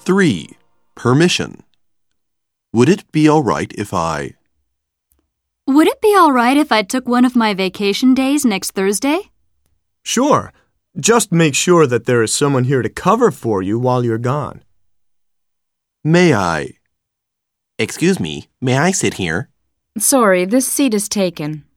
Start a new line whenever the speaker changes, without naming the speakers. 3. Permission. Would it be all right if I?
Would it be all right if I took one of my vacation days next Thursday?
Sure. Just make sure that there is someone here to cover for you while you're gone.
May I? Excuse me, may I sit here?
Sorry, this seat is taken.